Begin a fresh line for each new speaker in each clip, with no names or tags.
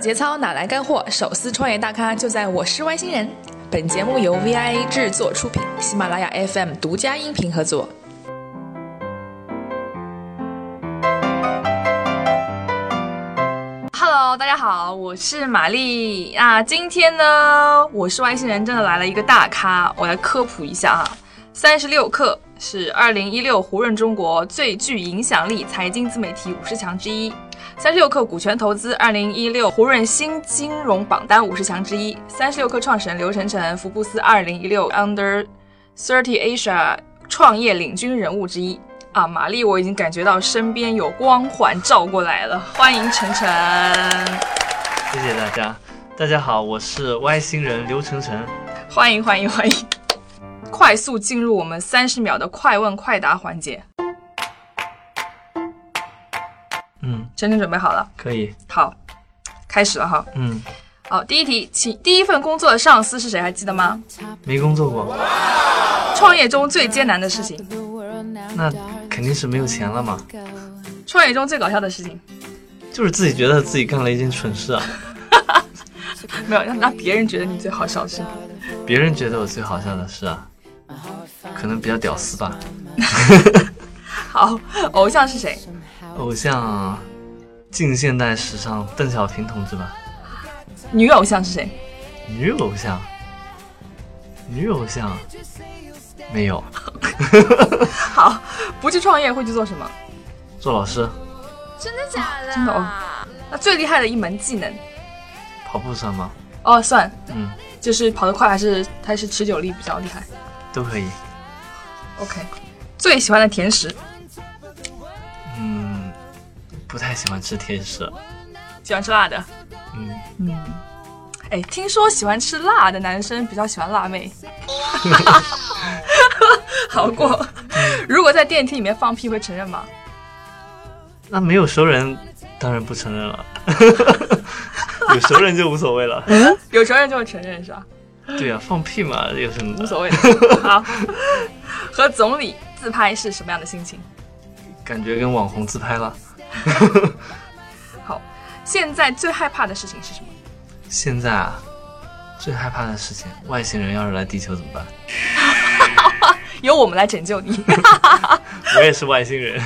节操哪来干货？手撕创业大咖就在我是外星人。本节目由 VIA 制作出品，喜马拉雅 FM 独家音频合作。Hello，大家好，我是玛丽。那今天呢，我是外星人，真的来了一个大咖，我来科普一下哈。三十六氪是二零一六胡润中国最具影响力财经自媒体五十强之一，三十六氪股权投资二零一六胡润新金融榜单五十强之一，三十六氪创始人刘晨晨，福布斯二零一六 Under Thirty Asia 创业领军人物之一。啊，玛丽，我已经感觉到身边有光环照过来了，欢迎晨晨。
谢谢大家，大家好，我是外星人刘晨晨，
欢迎欢迎欢迎！快速进入我们三十秒的快问快答环节，
嗯，
晨晨准备好了？
可以，
好，开始了哈。
嗯，
好，第一题，请第一份工作的上司是谁？还记得吗？
没工作过，
创业中最艰难的事情，
那肯定是没有钱了嘛，
创业中最搞笑的事情，
就是自己觉得自己干了一件蠢事啊，
没有让让别人觉得你最好笑是吗？
别人觉得我最好笑的事啊，可能比较屌丝吧，
好，偶像是谁？
偶像啊近现代时尚邓小平同志吧，
女偶像是谁？
女偶像，女偶像没有，
好，不去创业会去做什么？
做老师，
真的假的？
真的哦那最厉害的一门技能？
跑步算吗？
哦，算，
嗯，
就是跑得快还是还是持久力比较厉害
都可以，
？OK，最喜欢的甜食，
嗯，不太喜欢吃甜食，
喜欢吃辣的。
嗯。
哎，听说喜欢吃辣的男生比较喜欢辣 妹，好过。 如果在电梯里面放屁会承认吗？
那没有熟人，当然不承认 了。有熟人就无所谓了。
有承认就会承认是吧？
对呀、放屁嘛，有什么
无
的？
所谓的。好，和总理自拍是什么样的心情？
感觉跟网红自拍了。
好，现在最害怕的事情是什么？
现在啊，最害怕的事情，外星人要是来地球怎么办？
由我们来拯救 你。
我也是外星人。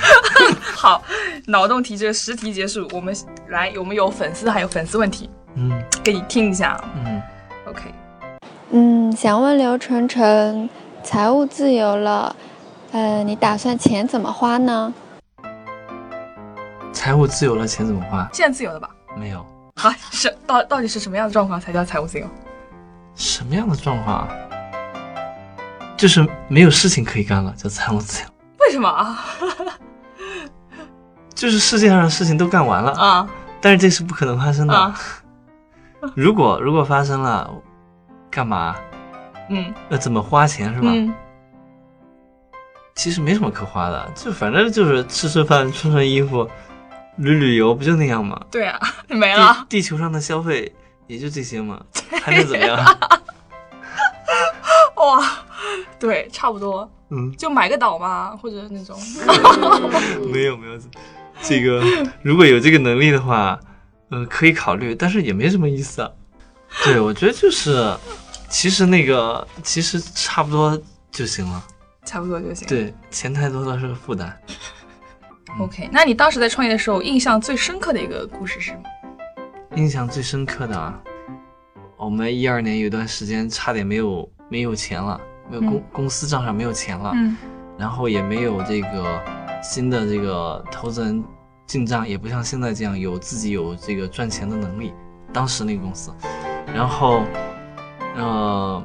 好，脑洞题这十题结束，我们来，我们有粉丝还有粉丝问题
嗯
给你听一下啊。
嗯，
OK，
嗯，想问刘晨晨，财务自由了，呃，你打算钱怎么花呢？
财务自由了，钱怎么花？
现在自由了吧？
没有。
好，是到到底是什么样的状况才叫财务自由？
什么样的状况啊？就是没有事情可以干了，叫财务自由。
为什么啊？
就是世界上的事情都干完了，
啊
但是这是不可能发生的。
啊，
如果如果发生了，干嘛？
嗯
那怎么花钱是吧？
嗯，
其实没什么可花的，就反正就是吃吃饭、穿穿衣服、旅旅游，不就那样吗？
对啊， 没了。
地地球上的消费也就这些嘛，还能怎么样？
哇，对，差不多，
嗯，
就买个岛嘛，或者那种。
没有没有，这个如果有这个能力的话，呃，可以考虑，但是也没什么意思啊。对，我觉得就是，其实那个其实差不多就行了。
差不多就行。
对，钱太多了是个负担。
，OK。那你当时在创业的时候，印象最深刻的一个故事是什么？
印象最深刻的啊，我们一二年有段时间差点没有没有钱了，没有公、
嗯
公司账上没有钱了，
嗯
然后也没有这个新的这个投资人进账，也不像现在这样有自己有这个赚钱的能力。当时那个公司，然后，呃，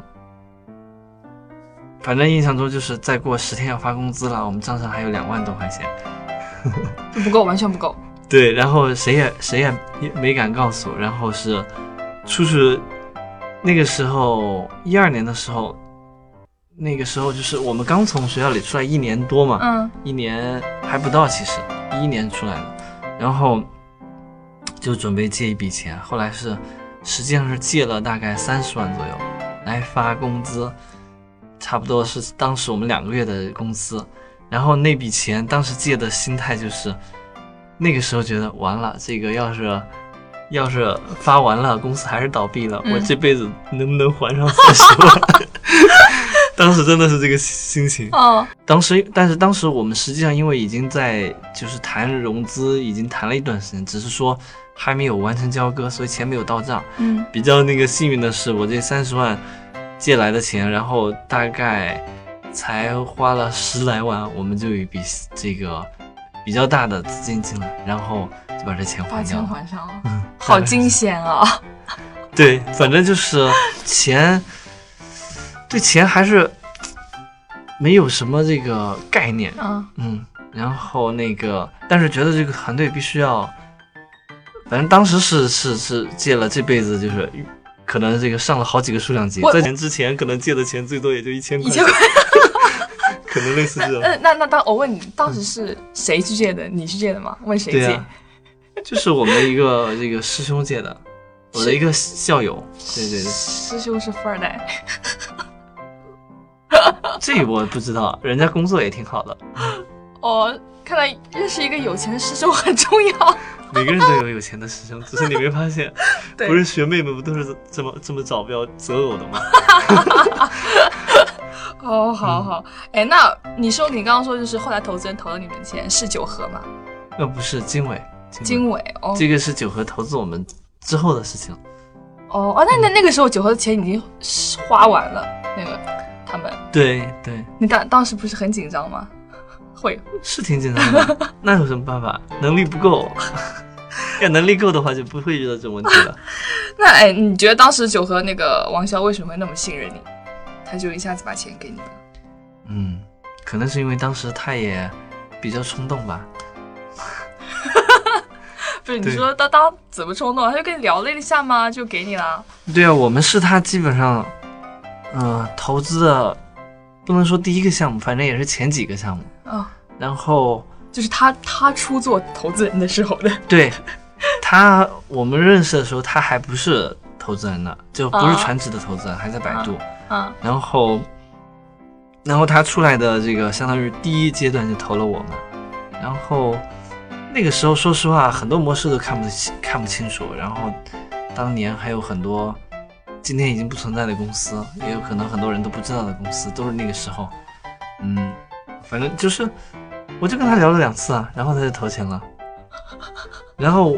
反正印象中就是再过十天要发工资了，我们账上还有两万多块钱。
就不够，完全不够。
对，然后谁也谁也也没敢告诉，然后是出去那个时候一二年的时候，那个时候就是我们刚从学校里出来一年多嘛，
嗯
一年还不到，其实一一年出来的，然后就准备借一笔钱，后来是实际上是借了大概三十万左右来发工资，差不多是当时我们两个月的工资。然后那笔钱当时借的心态就是，那个时候觉得完了，这个要是要是发完了，公司还是倒闭了，我这辈子能不能还上四十万？ 当时真的是这个心情。
哦，
当时，但是当时我们实际上因为已经在就是谈融资，已经谈了一段时间，只是说还没有完成交割，所以钱没有到账。
嗯
比较那个幸运的是，我这三十万借来的钱，然后大概才花了十来万，我们就有一笔这个比较大的资金进来，然后就把这钱
把
还掉
钱
了。嗯
还上了， 好 惊险啊！
对，反正就是钱，对钱还是没有什么这个概念，
嗯
嗯，然后那个，但是觉得这个团队必须要，反正当时是是是借了这辈子就是，可能这个上了好几个数量级
我，
在钱之前可能借的钱最多也就一千块，
一千块。
可能类似这种。
呃，那那当我问你，当时是谁去借的？你去借的吗？问谁
对
借？
呀、就是我们的一个这个师兄借的，我的一个校友， 对对对，
师兄是富二代，
这我不知道，人家工作也挺好的，
哦，看来认识一个有钱的师兄很重要。
每个人都有有钱的师兄，只是你没发现，
对
不是学妹们不都是这么这么找标择偶的 吗？
哦，
嗯
好好，哎，那你说你刚刚说就是后来投资人投了你们钱是九合吗？
呃，不是经纬，经纬
经纬哦
这个是九和投资我们之后的事情，
哦哦，那那那个时候九合的钱已经花完了，那个他们，
对对，
你当当时不是很紧张吗？ 会
是挺紧张 的，那有什么办法？能力不够， 要能力够的话就不会遇到这种问题 了。
那哎，你觉得当时九合那个王潇为什么会那么信任你？他就一下子把钱给你了。
嗯，可能是因为当时他也比较冲动吧，
不是你
对
说当当怎么冲动啊？他就跟你聊了一下嘛，就给你了。
对啊，我们是他基本上，嗯、投资的不能说第一个项目，反正也是前几个项目，
哦，
然后。
就是他他出做投资人的时候的。
对他，我们认识的时候，他还不是投资人呢，就不是全职的投资人，还在百度。
啊，
然后，然后他出来的这个相当于第一阶段就投了我们，然后那个时候说实话，很多模式都看不清看不清楚。然后当年还有很多今天已经不存在的公司，也有可能很多人都不知道的公司，都是那个时候。嗯，反正就是，我就跟他聊了两次啊，然后他就投钱了。然后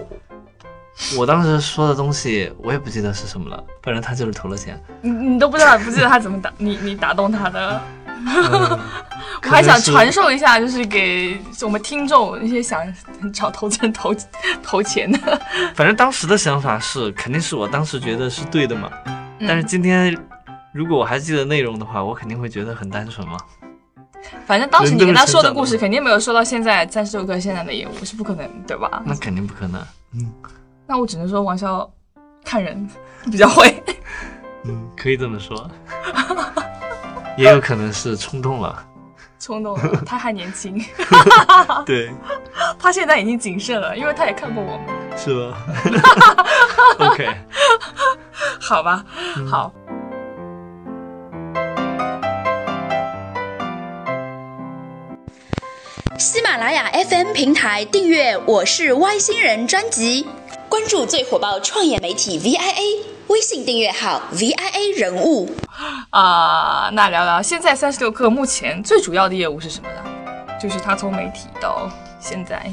我当时说的东西我也不记得是什么了，反正他就是投了钱。
你你都不知道，不记得他怎么打你你打动他的。
嗯
我还想
可能
传
是
授一下，就是给我们听众那些想找投资人投投钱的。
反正当时的想法是，肯定是我当时觉得是对的嘛。
嗯
但是今天如果我还记得内容的话，我肯定会觉得很单纯嘛。
反正当时你跟他说的故事，
人都是成长的
肯定没有说到现在三十六哥现在的业务是不可能，对吧？
那肯定不可能。嗯
那我只能说王潇看人 比较会。
嗯，可以这么说。 也有可能是冲动了。
冲动了，他还年轻，
对，
他现在已经谨慎了，因为他也看过我们。
是吧 ？OK，
好吧，
嗯
好。
喜马拉雅 FM 平台订阅《我是外星人》专辑，关注最火爆创业媒体 VIA，微信订阅号 VIA 人物。
啊、那聊聊现在三十六氪目前最主要的业务是什么呢？就是他从媒体到现在，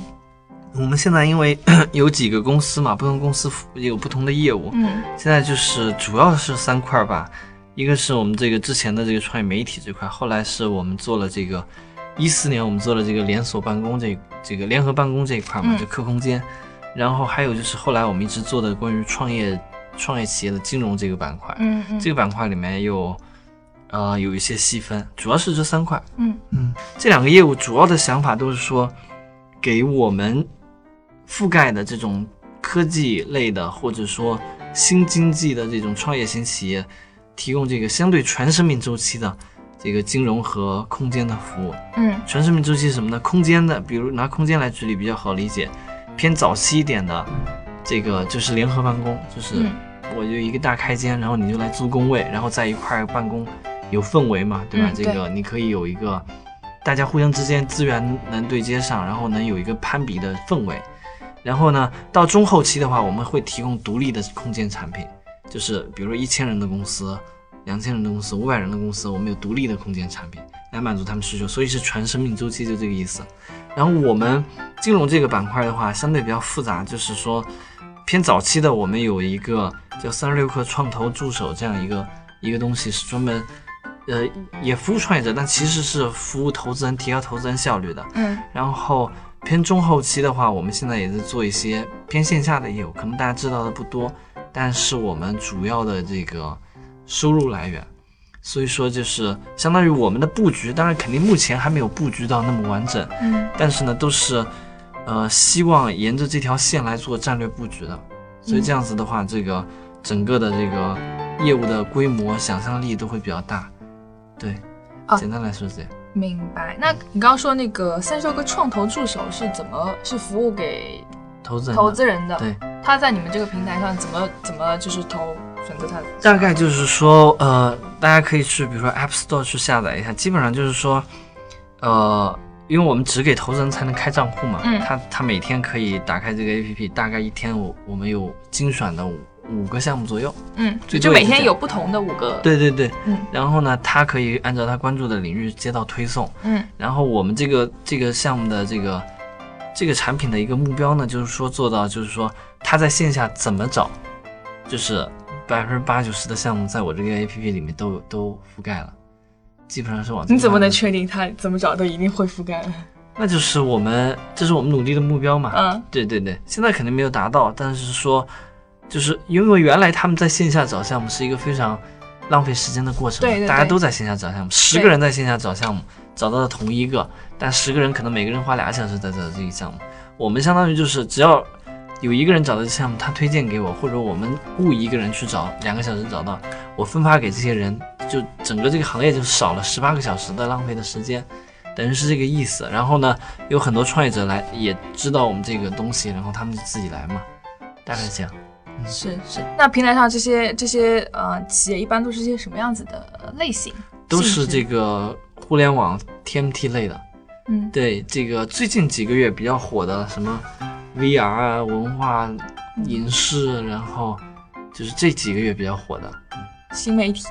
我们现在因为 有几个公司嘛，不同公司有不同的业务。
嗯
现在就是主要是三块儿吧，一个是我们这个之前的这个创业媒体这块，后来是我们做了这个，一四年我们做了这个连锁办公这这个联合办公这一块嘛，
嗯
就客空间，然后还有就是后来我们一直做的关于创业创业企业的金融这个板块，
嗯嗯
这个板块里面有，呃，有一些细分，主要是这三块。
嗯
嗯，这两个业务主要的想法都是说，给我们覆盖的这种科技类的，或者说新经济的这种创业型企业，提供这个相对全生命周期的这个金融和空间的服务。
嗯
全生命周期是什么呢？空间的，比如拿空间来举例比较好理解，偏早期一点的，这个就是联合办公，就是
嗯
我就一个大开间，然后你就来租工位，然后在一块儿办公，有氛围嘛，对吧？
嗯
这个你可以有一个大家互相之间资源能对接上，然后能有一个攀比的氛围。然后呢，到中后期的话，我们会提供独立的空间产品，就是比如一千人的公司、两千人的公司、五百人的公司，我们有独立的空间产品来满足他们需求，所以是全生命周期就这个意思。然后我们金融这个板块的话，相对比较复杂，就是说偏早期的，我们有一个叫三十六氪创投助手这样一个一个东西，是专门。呃，也服务创业者，但其实是呃服务投资人，提高投资人效率的。
嗯，
然后偏中后期的话，我们现在也在做一些偏线下的业务，可能大家知道的不多，但是我们主要的这个收入来源，所以说就是相当于我们的布局，当然肯定目前还没有布局到那么完整，
嗯，
但是呢，都是呃希望沿着这条线来做战略布局的，
嗯
所以这样子的话，这个整个的这个业务的规模、想象力都会比较大，对
啊，
简单来说是这样。
明白。那你刚刚说那个三十六个创投助手是怎么是服务给
投资人的，
投资人的？
嗯对，
他在你们这个平台上怎么怎么就是投选择他的？
大概就是说，呃，大家可以去，比如说 App Store 去下载一下。基本上就是说，呃，因为我们只给投资人才能开账户嘛，
嗯
他他每天可以打开这个 APP，大概一天我我们有精选的五五个项目左右。
嗯，
最
就
多也
每
是这
天
样
有不同的五个。，
对对对，
嗯
然后呢，他可以按照他关注的领域接到推送。
嗯
然后我们这个这个项目的这个这个产品的一个目标呢，就是说做到，就是说他在线下怎么找，就是百分之八九十的项目在我这个 APP 里面都有都覆盖了，基本上是往这
你
个
怎么
方
能
向
确定他怎么找都一定会覆盖？
那就是我们，这是我们努力的目标嘛。
嗯，
对对对，现在肯定没有达到，但是说，就是因为原来他们在线下找项目是一个非常浪费时间的过程，
对对对
大家都在线下找项目，十个人在线下找项目，找到了同一个，但十个人可能每个人花俩小时在找这个项目，我们相当于就是只要。有一个人找到这项目，他推荐给我，或者我们雇一个人去找，两个小时找到，我分发给这些人，就整个这个行业就少了十八个小时的浪费的时间，等于是这个意思。然后呢，有很多创业者来也知道我们这个东西，然后他们就自己来嘛，大概是这样。
是是。那平台上这些这些呃企业一般都是些什么样子的呃类型？
都
性
是
质
这个互联网 TMT 类的。
嗯
对，这个最近几个月比较火的什么 VR 啊、文化、
嗯
影视，然后就是这几个月比较 火的，
新媒体，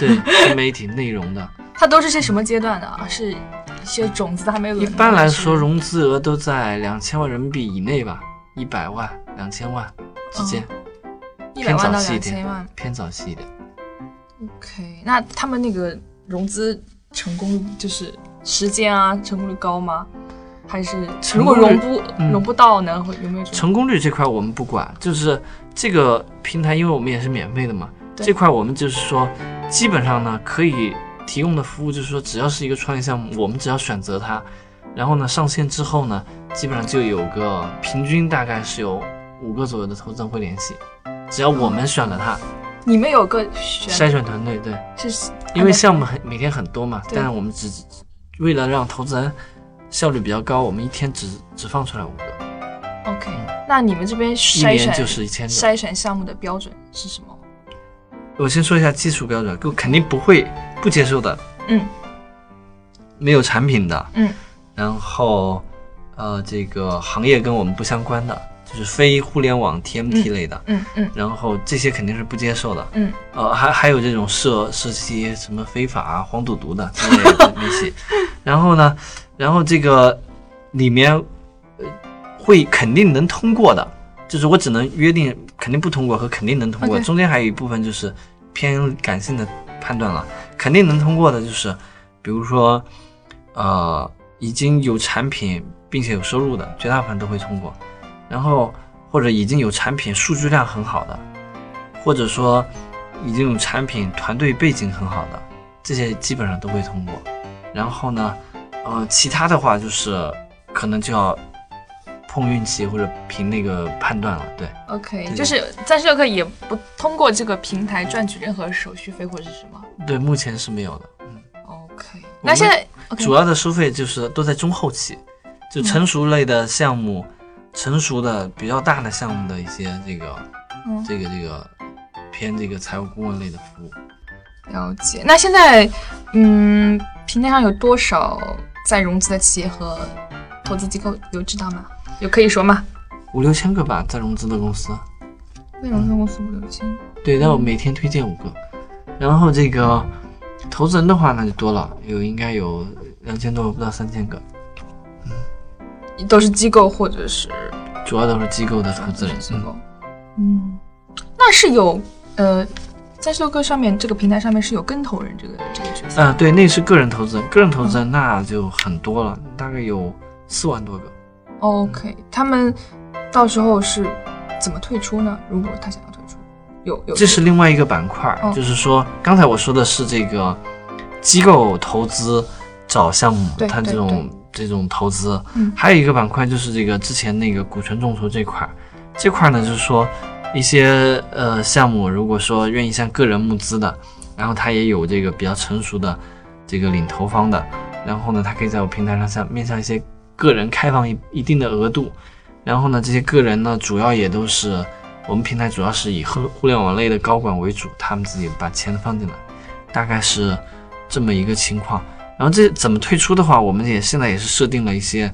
对新媒体内容的。
它都是些什么阶段的啊？是一些种子还没有
一
轮到
般来说，
是
融资额都在两千万人民币以内吧，一百万、两千万之间，
哦一百万到
偏早期一
两
点
千万。
偏早期一点。
OK，那他们那个融资成功率就是时间啊，成功率高吗？还是如
成
果
功率
融不、
嗯
融不到呢？会有没有这种
成功率这块我们不管，就是这个平台，因为我们也是免费的嘛，
对
这块我们就是说，基本上呢可以提供的服务就是说，只要是一个创业项目，我们只要选择它，然后呢上线之后呢，基本上就有个平均大概是有五个左右的投资人会联系，只要我们选了它，
你们有个哦选
筛选团队对，
是
因为项目很每天很多嘛，
对
但是我们只只为了让投资人效率比较高，我们一天只只放出来五个，
OK，那你们这边
嗯一
筛
年
选
就是一千个。
筛选项目的标准是什么？
我先说一下技术标准，就肯定不会不接受的，
嗯
没有产品的，
嗯，
然后呃，这个行业跟我们不相关的，就是非互联网 TMT 类的，
嗯嗯
然后这些肯定是不接受的，
嗯，
呃，还还有这种涉涉及什么非法啊、黄赌毒的这类的东 西，然后呢，然后这个里面呃会肯定能通过的，就是我只能约定肯定不通过和肯定能通过
OK
中间还有一部分就是偏感性的判断了，肯定能通过的就是比如说呃已经有产品并且有收入的，绝大部分都会通过，然后或者已经有产品数据量很好的，或者说已经有产品团队背景很好的，这些基本上都会通过。然后呢，呃，其他的话就是可能就要碰运气或者凭那个判断了。对，
，OK，
对
就是三十六氪也不通过这个平台赚取任何手续费或者是什么
对，目前是没有的。
？OK，
我
那
们
现在 OK，嗯
主要的收费就是都在中后期，就成熟类的项目、成熟的比较大的项目的一些这个、
嗯
这个这个偏这个财务顾问类的服务。
了解。那现在，嗯，平台上有多少在融资的企业和投资机构有知道吗？有可以说吗？
五六千个吧，在融资的公司。
内容公司五六千，
对，但我
嗯
每天推荐五个。然后这个投资人的话，那就多了，有应该有两千多，不到三千个，
都是机构或者是
主要都是机构的投资人。
机
嗯
构。嗯，那是有呃，三十六氪上面这个平台上面是有跟投人这个这个角色。
啊，对，那是个人投资人，个人投资人那就很多了，大概有四万多个。
OK，他们到时候是怎么退出呢？如果他想要退出，有有
这是另外一个板块儿，
嗯
就是说刚才我说的是这个机构投资找项目，
对
它
对
这种这种投资，
嗯
还有一个板块就是这个之前那个股权众筹这块儿，这块儿呢就是说一些呃项目，如果说愿意向个人募资的，然后它也有这个比较成熟的这个领投方的，然后呢，它可以在我平台上向面向一些个人开放一一定的额度，然后呢，这些个人呢，主要也都是我们平台主要是以互互联网类的高管为主，他们自己把钱放进来，大概是这么一个情况。然后这怎么退出的话，我们也现在也是设定了一些，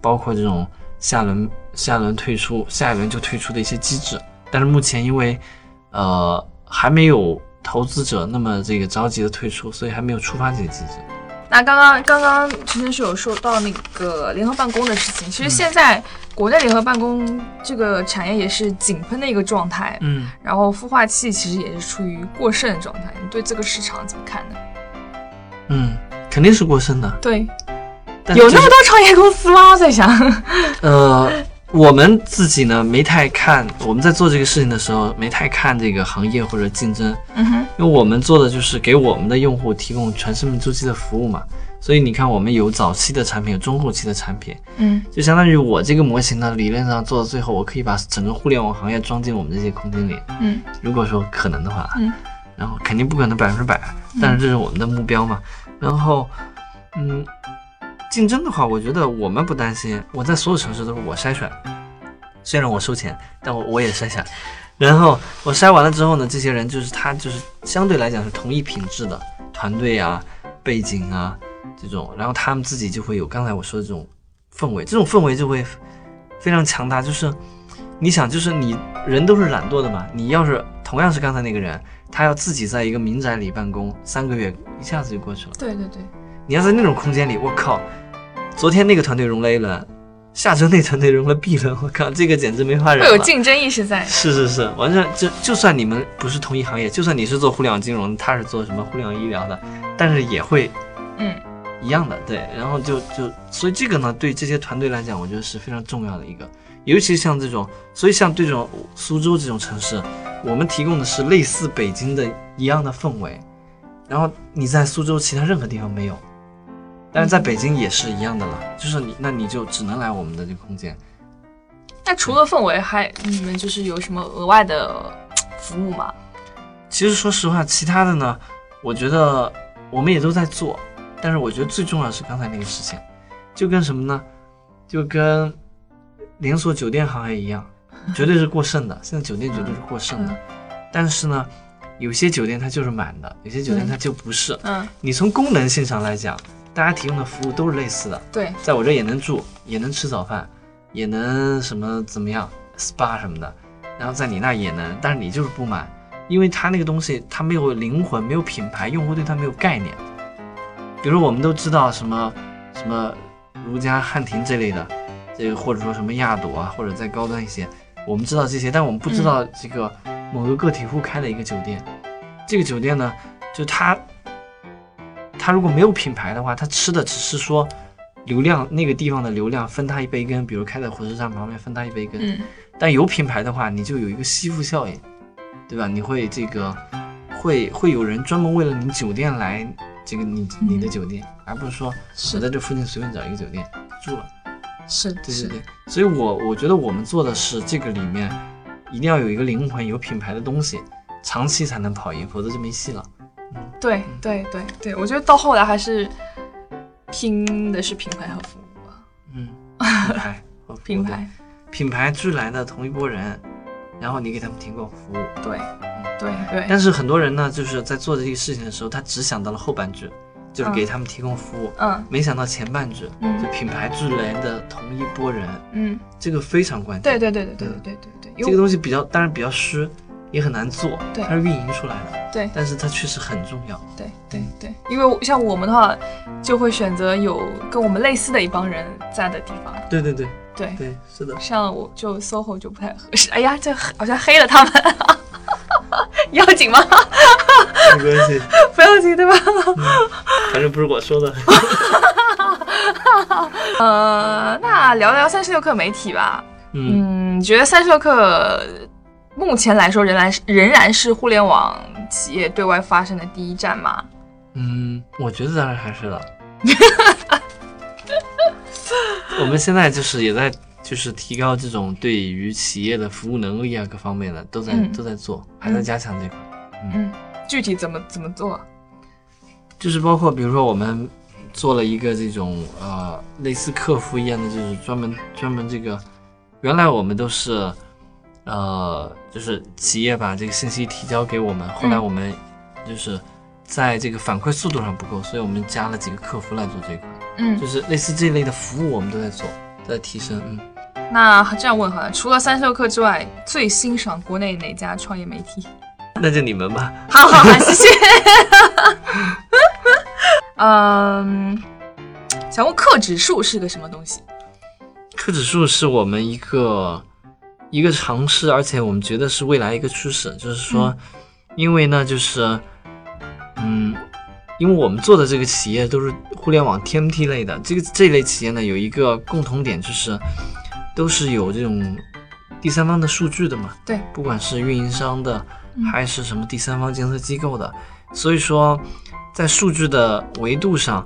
包括这种下轮下轮退出，下一轮就退出的一些机制。但是目前因为呃还没有投资者那么这个着急的退出，所以还没有触发这些机制。
那刚刚刚刚陈先生有说到那个联合办公的事情，其实现在国内联合办公这个产业也是井喷的一个状态，
嗯，
然后孵化器其实也是处于过剩的状态。你对这个市场怎么看呢？
嗯，肯定是过剩的。
对，
但
有
这
那么多创业公司吗？我在想，
呃，我们自己呢没太看，我们在做这个事情的时候没太看这个行业或者竞争，
嗯哼，
因为我们做的就是给我们的用户提供全生命周期的服务嘛。所以你看，我们有早期的产品，有中后期的产品，
嗯
就相当于我这个模型呢，理论上做到最后，我可以把整个互联网行业装进我们这些空间里。
嗯
如果说可能的话，
嗯，
然后肯定不可能百分之百，但是这是我们的目标嘛。然后，嗯，竞争的话，我觉得我们不担心，我在所有城市都是我筛选，虽然我收钱，但我我也筛选。然后我筛完了之后呢，这些人就是他就是相对来讲是同一品质的团队啊、背景啊这种，然后他们自己就会有刚才我说的这种氛围，这种氛围就会非常强大。就是你想，就是你人都是懒惰的嘛，你要是同样是刚才那个人，他要自己在一个民宅里办公三个月，一下子就过去了。
对对对，
你要在那种空间里，我靠，昨天那个团队融了 A 轮，下周那团队融了 B 轮，我靠，这个简直没法忍
会有
了。
竞争意识在。
是是是，完全就就算你们不是同一行业，就算你是做互联网金融的，他是做什么互联网医疗的，但是也会
嗯
一样的，对。然后就就所以这个呢，对这些团队来讲，我觉得是非常重要的一个，尤其像这种，所以像对这种苏州这种城市，我们提供的是类似北京的一样的氛围，然后你在苏州其他任何地方没有，但是在北京也是一样的了，就是你那你就只能来我们的这个空间。
那除了氛围，还你们就是有什么额外的嘖服务吗？
其实说实话，其他的呢，我觉得我们也都在做，但是我觉得最重要的是刚才那个事情，就跟什么呢？就跟连锁酒店行业一样，绝对是过剩的。 现在酒店绝对是过剩的，但是呢，有些酒店它就是满的，有些酒店它就不是。
嗯，
你从功能性上来讲，大家提供的服务都是类似的，
对，
在我这也能住，也能吃早饭，也能什么怎么样 SPA 什么的，然后在你那也能，但是你就是不买，因为它那个东西它没有灵魂，没有品牌，用户对它没有概念。比如我们都知道什么什么如家、汉庭这类的，这个或者说什么亚朵啊，或者再高端一些，我们知道这些，但我们不知道这个某个个体户开了一个酒店，这个酒店呢，就它它如果没有品牌的话，它吃的只是说流量那个地方的流量分它一杯羹，比如开在火车站旁边分它一杯羹，
嗯
但有品牌的话，你就有一个吸附效应，对吧？你会这个会会有人专门为了你酒店来这个你你的酒店，而不是说
嗯是
我在这附近随便找一个酒店住了。
嗯是
对对
是
对，所以我我觉得我们做的是这个里面一定要有一个灵魂、有品牌的东西，长期才能跑赢，否则就没戏了。
对对对对，我觉得到后来还是拼的是品牌和服务吧，
嗯，品牌和服务
品牌，
品牌追来的同一波人，然后你给他们提供服务。
对对对，
但是很多人呢，就是在做这个事情的时候，他只想到了后半句，就是给他们提供服务。
嗯
没想到前半句
嗯
就品牌自然的同一波人，
嗯，
这个非常关键。
对对对对对对对对对，
这个
有
东西比较当然比较虚，也很难做，
对
它是运营出来的，
对
但是它确实很重要。
对对对，因为像我们的话，就会选择有跟我们类似的一帮人在的地方。
对对对
对，
对，是的，
像我就 SOHO 就不太合适。哎呀，这好像黑了他们，要紧吗？
没关系，
不要紧对吧？
反正不是我 说的。
呃，那聊聊三十六氪媒体吧。
嗯，
嗯，觉得三十六氪目前来说仍然是仍然是互联网企业对外发声的第一站嘛？
嗯，我觉得当然还 是了。我们现在就是也在就是提高这种对于企业的服务能力啊各方面的都在、
嗯
都在做，还在加强这块、
嗯，具体怎么怎么做？
就是包括比如说我们做了一个这种呃类似客服一样的，就是专门专门这个，原来我们都是呃就是企业把这个信息提交给我们，后来
嗯
我们就是在这个反馈速度上不够，所以我们加了几个客服来做这一块。
嗯
就，是类似这类的服务，我们都在做，都在提升。嗯，
那这样问哈，除了三十六氪之外，最欣赏国内哪家创业媒 体？
那就你们吧。
好好好，谢谢。 嗯，想问克指数是个什么东西？
科指数是我们一个一个尝试，而且我们觉得是未来一个趋势，就是说，因为呢，就是嗯，因为我们做的这个企业都是互联网 TMT 类的，这个这类企业呢有一个共同点就是都是有这种第三方的数据的嘛，
对，
不管是运营商的
嗯
还是什么第三方监测机构的，所以说在数据的维度上，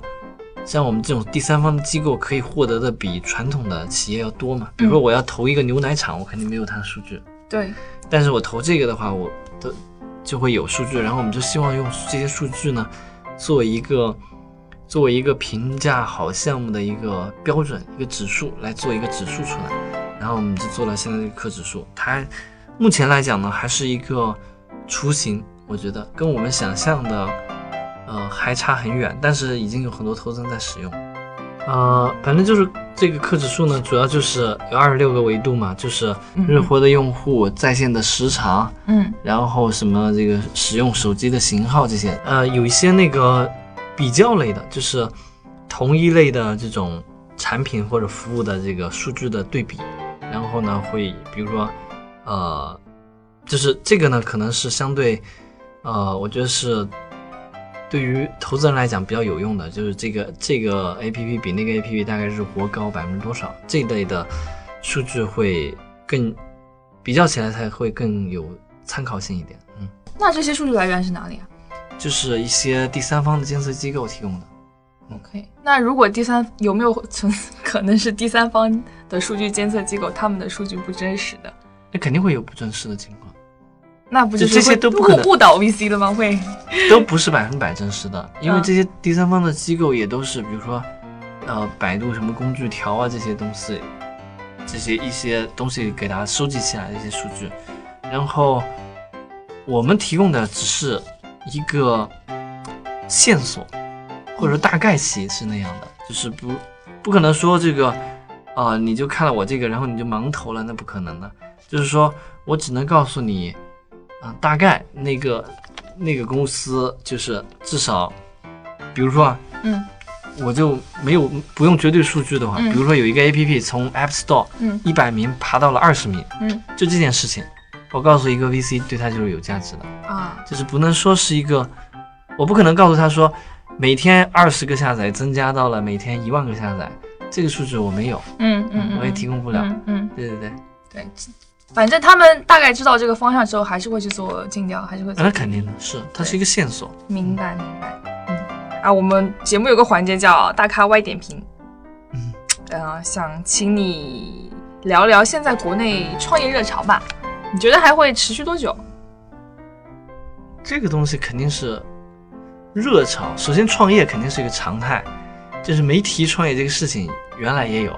像我们这种第三方的机构可以获得的比传统的企业要多嘛。比如说我要投一个牛奶厂，我肯定没有它的数据，
对，
但是我投这个的话，我的就会有数据，然后我们就希望用这些数据呢，作为一个作为一个评价好项目的一个标准，一个指数来做一个指数出来，然后我们就做了现在这个科指数，它目前来讲呢，还是一个雏形，我觉得跟我们想象的呃还差很远，但是已经有很多投资人在使用。呃，反正就是这个科指数呢，主要就是有二十六个维度嘛，就是日活的用户、在线的时长，
嗯
然后什么这个使用手机的型号这些。呃，有一些那个比较类的，就是同一类的这种产品或者服务的这个数据的对比，然后呢会比如说，呃，就是这个呢可能是相对，呃，我觉得是。对于投资人来讲比较有用的，就是这个这个 A P P 比那个 A P P 大概日活高百分之多少这一类的数据会更比较起来才会更有参考性一点。嗯，
那这些数据来源是哪里啊
就是一些第三方的监测机构提供的。
？OK，那如果第三有没有存 可能是第三方的数据监测机构他们的数据不真实的，
那肯定会有不真实的情况，
那不就是
这些
会
都不可能
误误导 VC 了吗？会，
都不是百分百真实的，因为
嗯
这些第三方的机构也都是，比如说，呃，百度什么工具条啊这些东西，这些一些东西给它收集起来的一些数据，然后我们提供的只是一个线索，或者说大概其是那样的，就是不不可能说这个，啊、你就看了我这个，然后你就盲投了，那不可能的。就是说我只能告诉你，啊、大概那个那个公司就是至少，比如说啊，
嗯
我就没有不用绝对数据的话，
嗯
比如说有一个 A P P 从 App Store
嗯
一百名爬到了二十名，
嗯
就这件事情，我告诉一个 V C 对它就是有价值的。
啊，
就是不能说是一个，我不可能告诉他说，每天二十个下载增加到了每天一万个下载，这个数据我没有，
嗯嗯，
我也提供不了。
嗯嗯，
对对对，啊
对，反正他们大概知道这个方向之后，还是会去做尽调，还是会做
那肯定的是，它是一个线索。
明白明白，嗯啊，我们节目有个环节叫大咖歪点评，
嗯，
呃，想请你聊聊现在国内创业热潮吧，你觉得还会持续多久？
这个东西肯定是热潮。首先，创业肯定是一个常态，就是媒体创业这个事情原来也有，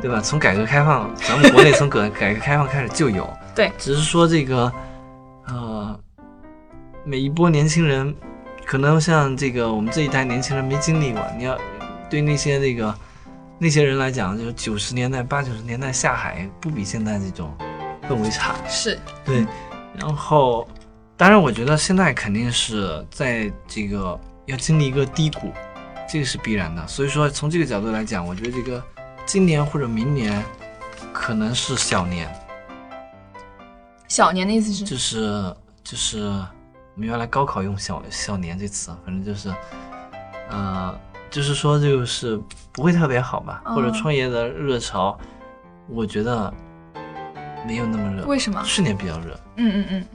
对吧？从改革开放，咱们国内从改 改革开放开始就有，
对
只是说这个呃，每一波年轻人可能像这个我们这一代年轻人没经历过，你要对那些这个那些人来讲，就是九十年代八九十年代下海不比现在这种氛围差。
是
对，然后当然我觉得现在肯定是在这个要经历一个低谷，这个是必然的。所以说从这个角度来讲，我觉得这个今年或者明年可能是小年，
小年的意思是
就是就是我们原来高考用小“小年”这词，啊反正就是，呃，就是说就是不会特别好吧，或者
嗯
创业的热潮，我觉得没有那么热。
为什么
去年比较热，
嗯嗯嗯，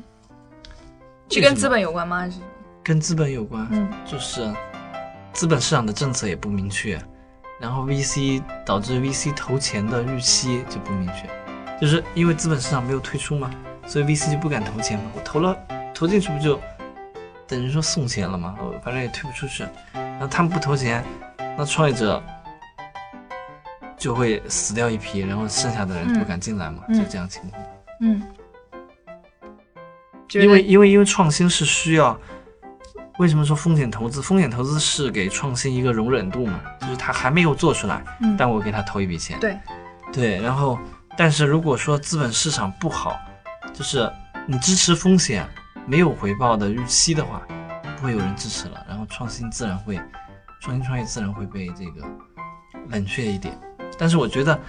是
为
跟
什
资
么
本有关吗？还是
跟资本有关，
嗯
就是资本市场的政策也不明确，然后 VC 导致 VC 投钱的预期就不明确，就是因为资本市场没有退出嘛，所以 VC 就不敢投钱嘛。我投了投进去不就等于说送钱了嘛，我反正也退不出去，然后他们不投钱，那创业者就会死掉一批，然后剩下的人不敢进来嘛，
嗯
就这样情况。
嗯，觉得
因为因为因为创新是需要，为什么说风险投资？风险投资是给创新一个容忍度嘛，就是他还没有做出来，
嗯
但我给他投一笔钱。
对
对，然后但是如果说资本市场不好，就是你支持风险没有回报的预期的话，不会有人支持了，然后创新自然会，创新创业自然会被这个冷却一点。但是我觉得。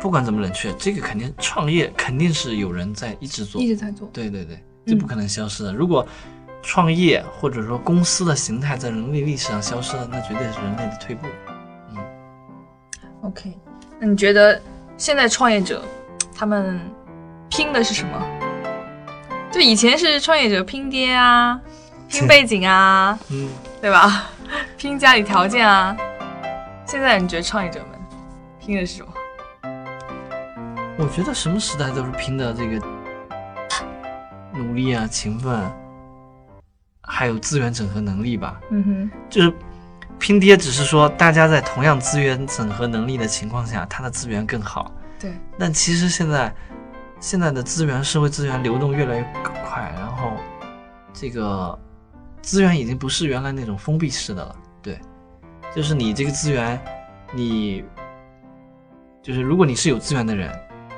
不管怎么冷却，这个肯定创业肯定是有人在一直做，
一直在做，
对对对，这不可能消失的。如果创业或者说公司的形态在人类历史上消失了，那绝对是人类的退步。
OK，那你觉得现在创业者他们拼的是什么？就以前是创业者拼爹 啊，拼背景啊，
嗯，
对吧？ 拼家里条件啊。现在你觉得创业者们拼的是什么？
我觉得什么时代都是拼的这个努力啊、勤奋，还有资源整合能力吧。
嗯哼，
就是拼爹，只是说大家在同样资源整合能力的情况下，他的资源更好。
对，
但其实现在现在的资源、社会资源流动越来越快，然后这个资源已经不是原来那种封闭式的了。对，就是你这个资源，你就是如果你是有资源的人，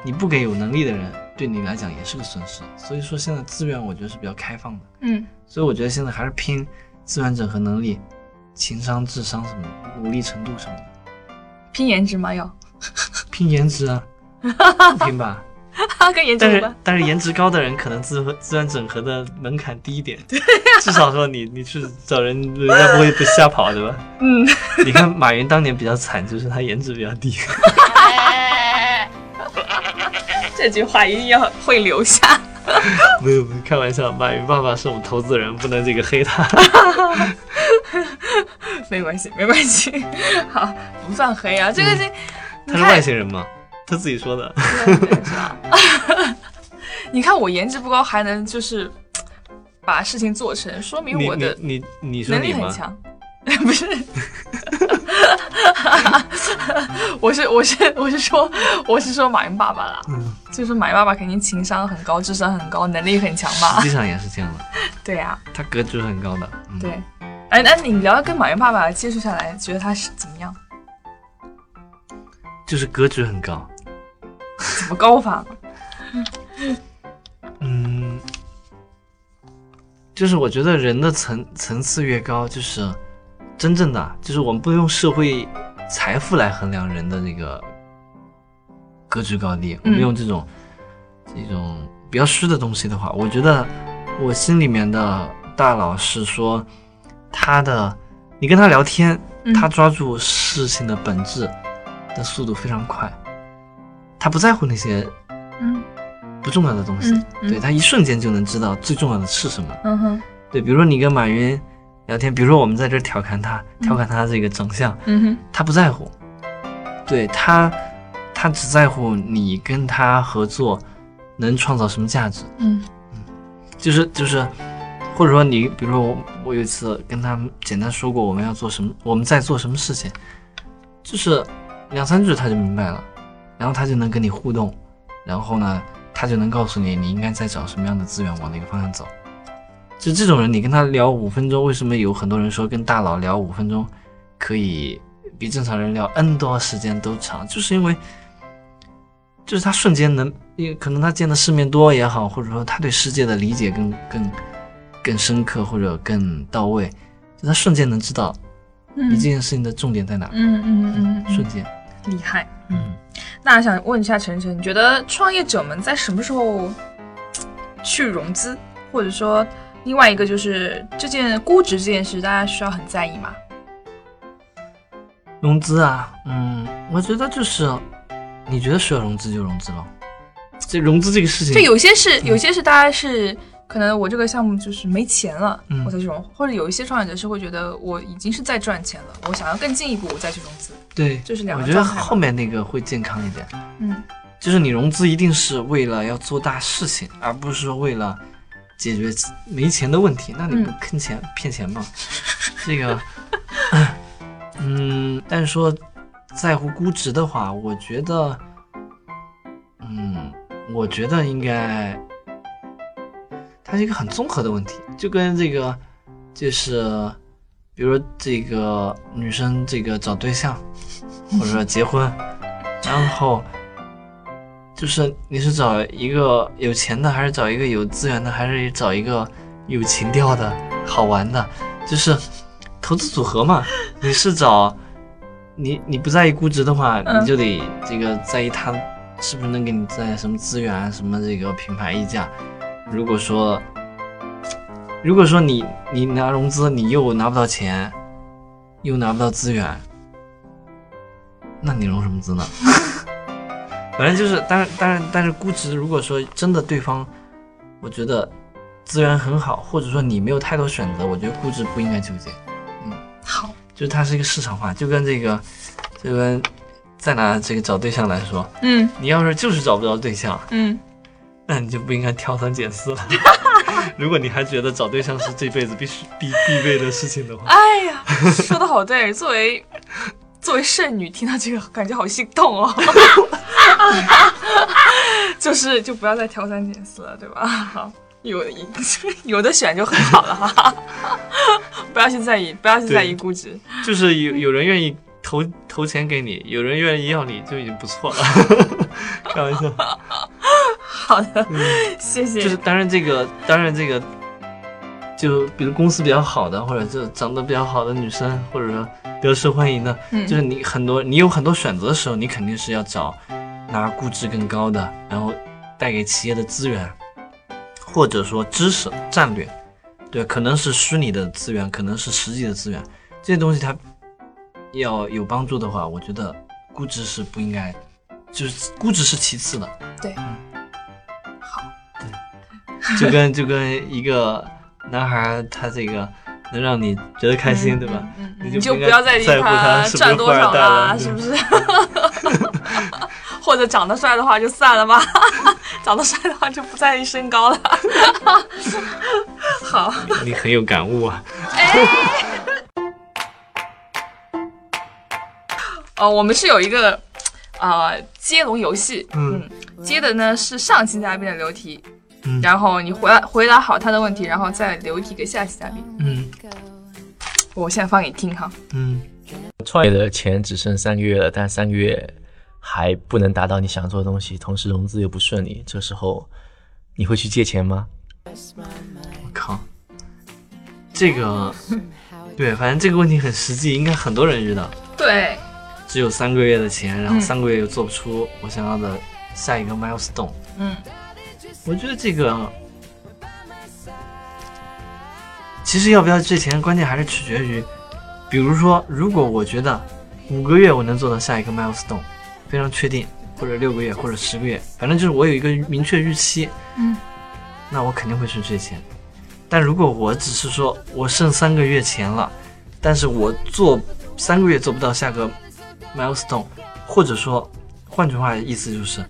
你不给有能力的人，对你来讲也是个损失。所以说现在资源我觉得是比较开放的，
嗯，
所以我觉得现在还是拼资源整合能力、情商、智商什么的、努力程度什么的，
拼颜值吗？要，
拼颜值啊，不拼吧。
跟颜值
但
有
是
关。
但是颜值高的人可能资资源整合的门槛低一点，啊至少说你你去找人，人家不会被吓跑，对吧？
嗯，
你看马云当年比较惨，就是他颜值比较低。
这句话一定要会留下。
没有没有，开玩笑，马云爸爸是我们投资人，不能这个黑他。
没关系，没关系， 好，不算黑啊。这个
嗯
这，你
他
看
是外星人嘛，他自己说的。
是吧？你看我颜值不高，还能就是把事情做成，说明
你
我的
你你你说
能
你
力很
吗？
强。 不是，我是我是我是说我是说马云爸爸啦，
嗯
就是马云爸爸肯定情商很高，智商很高，能力很强
实
吧？
际上也是这样的，
对呀、
他格局是很高的。嗯、
对。哎，那你聊跟马云爸爸接触下来，觉得他是怎么样？
就是格局很高。
怎么高法呢？
嗯，就是我觉得人的层层次越高，就是真正的啊，就是我们不用社会财富来衡量人的这个格局高低，我们用这种、这种比较虚的东西的话，我觉得我心里面的大佬是说他的，你跟他聊天，
嗯
他抓住事情的本质的速度非常快，他不在乎那些
嗯
不重要的东西，
嗯嗯
对他一瞬间就能知道最重要的是什么。
嗯哼
对，比如说你跟马云聊天，比如说我们在这儿调侃他，
嗯
调侃他这个长相，
嗯哼
他不在乎，对他，他只在乎你跟他合作能创造什么价值，
嗯
就是就是，或者说你，比如说我，我有一次跟他们简单说过我们要做什么，我们在做什么事情，就是两三句他就明白了，然后他就能跟你互动，然后呢，他就能告诉你你应该在找什么样的资源往哪个方向走。就这种人，你跟他聊五分钟，为什么有很多人说跟大佬聊五分钟可以比正常人聊 N 多时间都长？就是因为，就是他瞬间能，因为可能他见的世面多也好，或者说他对世界的理解更更更深刻或者更到位，就他瞬间能知道一件事情的重点在哪，
嗯嗯嗯嗯，
瞬间，
厉害。
嗯。
那想问一下晨晨，你觉得创业者们在什么时候去融资，或者说另外一个就是这件估值这件事，大家需要很在意吗？
融资啊，嗯，我觉得就是，你觉得需要融资就融资咯。这融资这个事情，
就有些是有些是大家是可能我这个项目就是没钱了，
嗯
我才去融，或者有一些创业者是会觉得我已经是在赚钱了，我想要更进一步我再去融资。
对，
就是两个
我觉得
状态吧
后面那个会健康一点，
嗯
就是你融资一定是为了要做大事情，而不是说为了解决没钱的问题。那你不
嗯
坑钱、骗钱吗？这个，嗯，但是说在乎估值的话，我觉得，嗯，我觉得应该，它是一个很综合的问题，就跟这个就是，比如说这个女生这个找对象，或者说结婚，然后。就是你是找一个有钱的，还是找一个有资源的，还是找一个有情调的、好玩的？就是投资组合嘛。你是找你你不在意估值的话，
嗯
你就得这个在意它是不是能给你带来什么资源啊，什么这个品牌溢价。如果说如果说你你拿融资，你又拿不到钱，又拿不到资源，那你融什么资呢？ 反正就是，但是但是但是估值，如果说真的对方，我觉得资源很好，或者说你没有太多选择，我觉得估值不应该纠结，嗯
好，
就是它是一个市场化，就跟这个，就跟再拿这个找对象来说，
嗯
你要是就是找不着对象，
嗯，
那你就不应该挑三拣四了。 如果你还觉得找对象是这辈子必须必必备的事情的话，
哎呀，说的好对，作为。作为剩女，听到这个感觉好心痛哦， 就是就不要再挑三拣四了，对吧？ 好，有有的选就很好了 哈，不要去在意，不要去在意
对
估值。
就是有有人愿意投投钱给你，有人愿意要你就已经不错了。 开玩笑。
好的，谢谢。
就是当然这个，当然这个，就比如公司比较好的，或者就长得比较好的女生，或者说比较受欢迎的，
嗯
就是你很多你有很多选择的时候，你肯定是要找拿估值更高的，然后带给企业的资源，或者说知识战略，对，可能是虚拟的资源，可能是实际的资源，这些东西它要有帮助的话，我觉得估值是不应该，就是估值是其次的。嗯
好，
就跟就跟一个男孩儿，他这个能让你觉得开心，对吧？
嗯，嗯
你
你
就
就
不
不
应该
要在意
在乎他是不是
赚多
富二
少
代
啦，
了
是不是？ 或者长得帅的话就算了吧， 长得帅的话就不在意身高了。 好，
你很有感悟啊。
呃，我们是有一个啊、呃接龙游戏，
嗯
嗯，接的呢是上期嘉宾的留题，
嗯
然后你回答回答好他的问题，然后再留一题给下期嘉宾。
嗯
我现在放给你听哈，
嗯，
创业的钱只剩三个月了，但三个月还不能达到你想做的东西，同时融资又不顺利，这时候你会去借钱吗？
嗯我靠，这个对，反正这个问题很实际，应该很多人遇到。
对，
只有三个月的钱，然后
嗯
三个月又做不出我想要的下一个 milestone，
嗯
我觉得这个其实要不要借钱，关键还是取决于，比如说，如果我觉得五个月我能做到下一个 milestone，非常确定，或者六个月，或者十个月，反正就是我有一个明确预期，
嗯，
那我肯定会去借钱。但如果我只是说我剩三个月钱了，但是我做三个月做不到下个 milestone，或者说，换句话意思就是，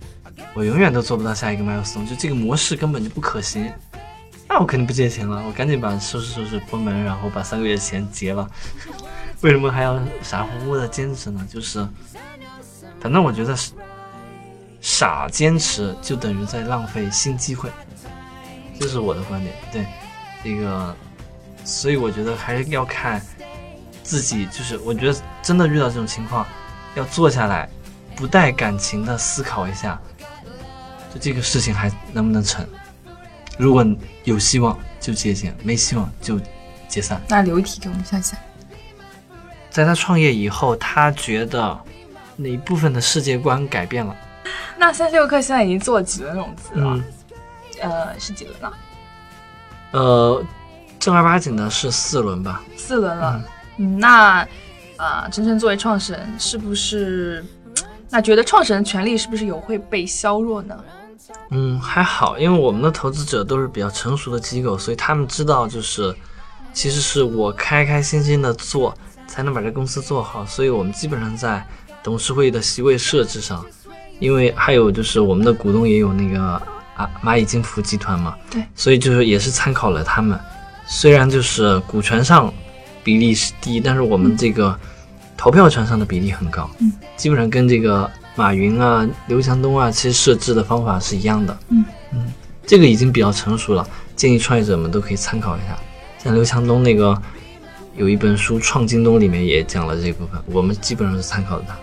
我永远都做不到下一个 milestone，就这个模式根本就不可行。那我肯定不借钱了，我赶紧把收拾收拾关门，然后把三个月钱结了。 为什么还要傻乎乎的坚持呢？就是，反正我觉得是傻坚持就等于在浪费新机会，这是我的观点。对，这个，所以我觉得还是要看自己，就是我觉得真的遇到这种情况，要坐下来，不带感情的思考一下，就这个事情还能不能成？如果有希望就借鉴，没希望就解散。
那留一题给我们下期。
在他创业以后，他觉得哪一部分的世界观改变了？
那三十六氪现在已经做了几轮融资了？
嗯，
呃，是几轮了？
呃，正儿八经的是四轮吧。
四轮了。嗯，那啊、呃，真正作为创始人，是不是那觉得创始人权利是不是有会被削弱呢？
嗯，还好，因为我们的投资者都是比较成熟的机构，所以他们知道，就是其实是我开开心心的做，才能把这公司做好。所以我们基本上在董事会的席位设置上，因为还有就是我们的股东也有那个啊蚂蚁金服集团嘛，
对，
所以就是也是参考了他们。虽然就是股权上比例是低，但是我们这个投票权上的比例很高，
嗯，
基本上跟这个马云啊、刘强东啊，其实设置的方法是一样的，
嗯
这个已经比较成熟了，建议创业者们都可以参考一下。像刘强东那个有一本书《创京东》里面也讲了这部分，我们基本上是参考的它。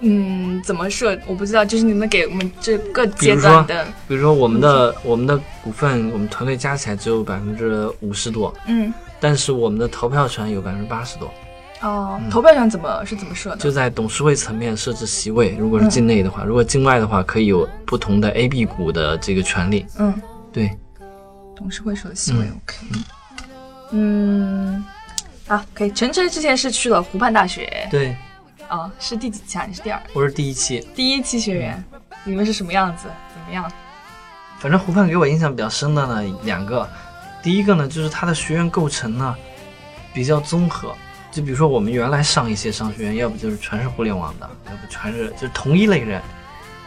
嗯，怎么设我不知道，就是你们给我们这个阶
比如说
段的，
比如说我们的我们的股份，我们团队加起来只有百分之五十多，
嗯，
但是我们的投票权有百分之八十多。
哦，投票权怎么是怎么设
就
的？
在董事会层面设置席位，如果是境内的话，如果境外的话，可以有不同的 A、B 股的这个权利。
嗯，
对，
董事会说的席位、
嗯
OK。嗯，啊，可以。晨晨之前是去了湖畔大学，
对，
啊，是第几期啊？你是第二，
我是第一期。
第一期学员，你们是什么样子？怎么样？
反正湖畔给我印象比较深的呢两个，第一个呢就是它的学院构成呢比较综合，就比如说我们原来上一些商学院，要不就是全是互联网的，要不全是就是同一类人，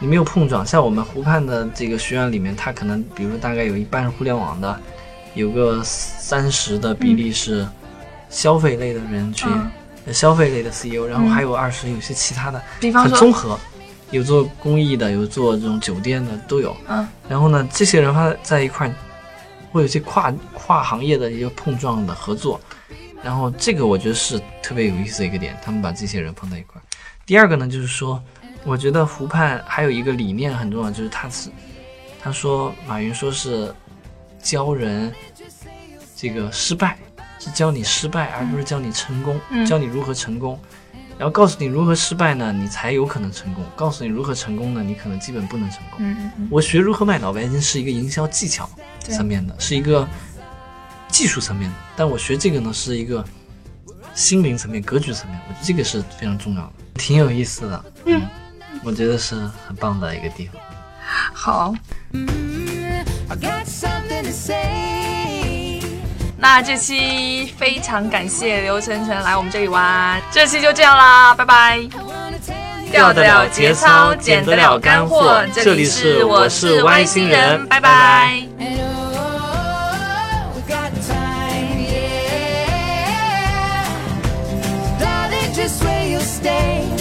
你没有碰撞。像我们湖畔的这个学院里面，它可能比如说大概有一半是互联网的，有个三十的比例是消费类的人群，
嗯
呃消费类的 CEO，然后
嗯
还有二十有些其他的，
比方
很
说
综，合，有做公益的，有做这种酒店的都有。
嗯，
然后呢，这些人他在一块儿会有一些跨跨行业的一个碰撞的合作，然后这个我觉得是特别有意思的一个点，他们把这些人放在一块儿。第二个呢，就是说，我觉得湖畔还有一个理念很重要，就是他是他说马云说是教人这个失败，是教你失败，而不是教你成功，
嗯
教你如何成功。然后告诉你如何失败呢，你才有可能成功；告诉你如何成功呢，你可能基本不能成功。
嗯嗯嗯，
我学如何卖脑白金是一个营销技巧
对
层面的，是一个技术层面的，但我学这个呢是一个心灵层面、格局层面，我觉得这个是非常重要的，挺有意思的。嗯，我觉得是很棒的一个地方。
好。
I got something to say.
那这期非常感谢刘晨晨来我们这里玩，这期就这样啦，拜拜。
I wanna tell you.
掉得了节操，捡得了干货。这里是我是外星人，拜拜
And oh, we got time, yeah. Darling, just where you stay. oh,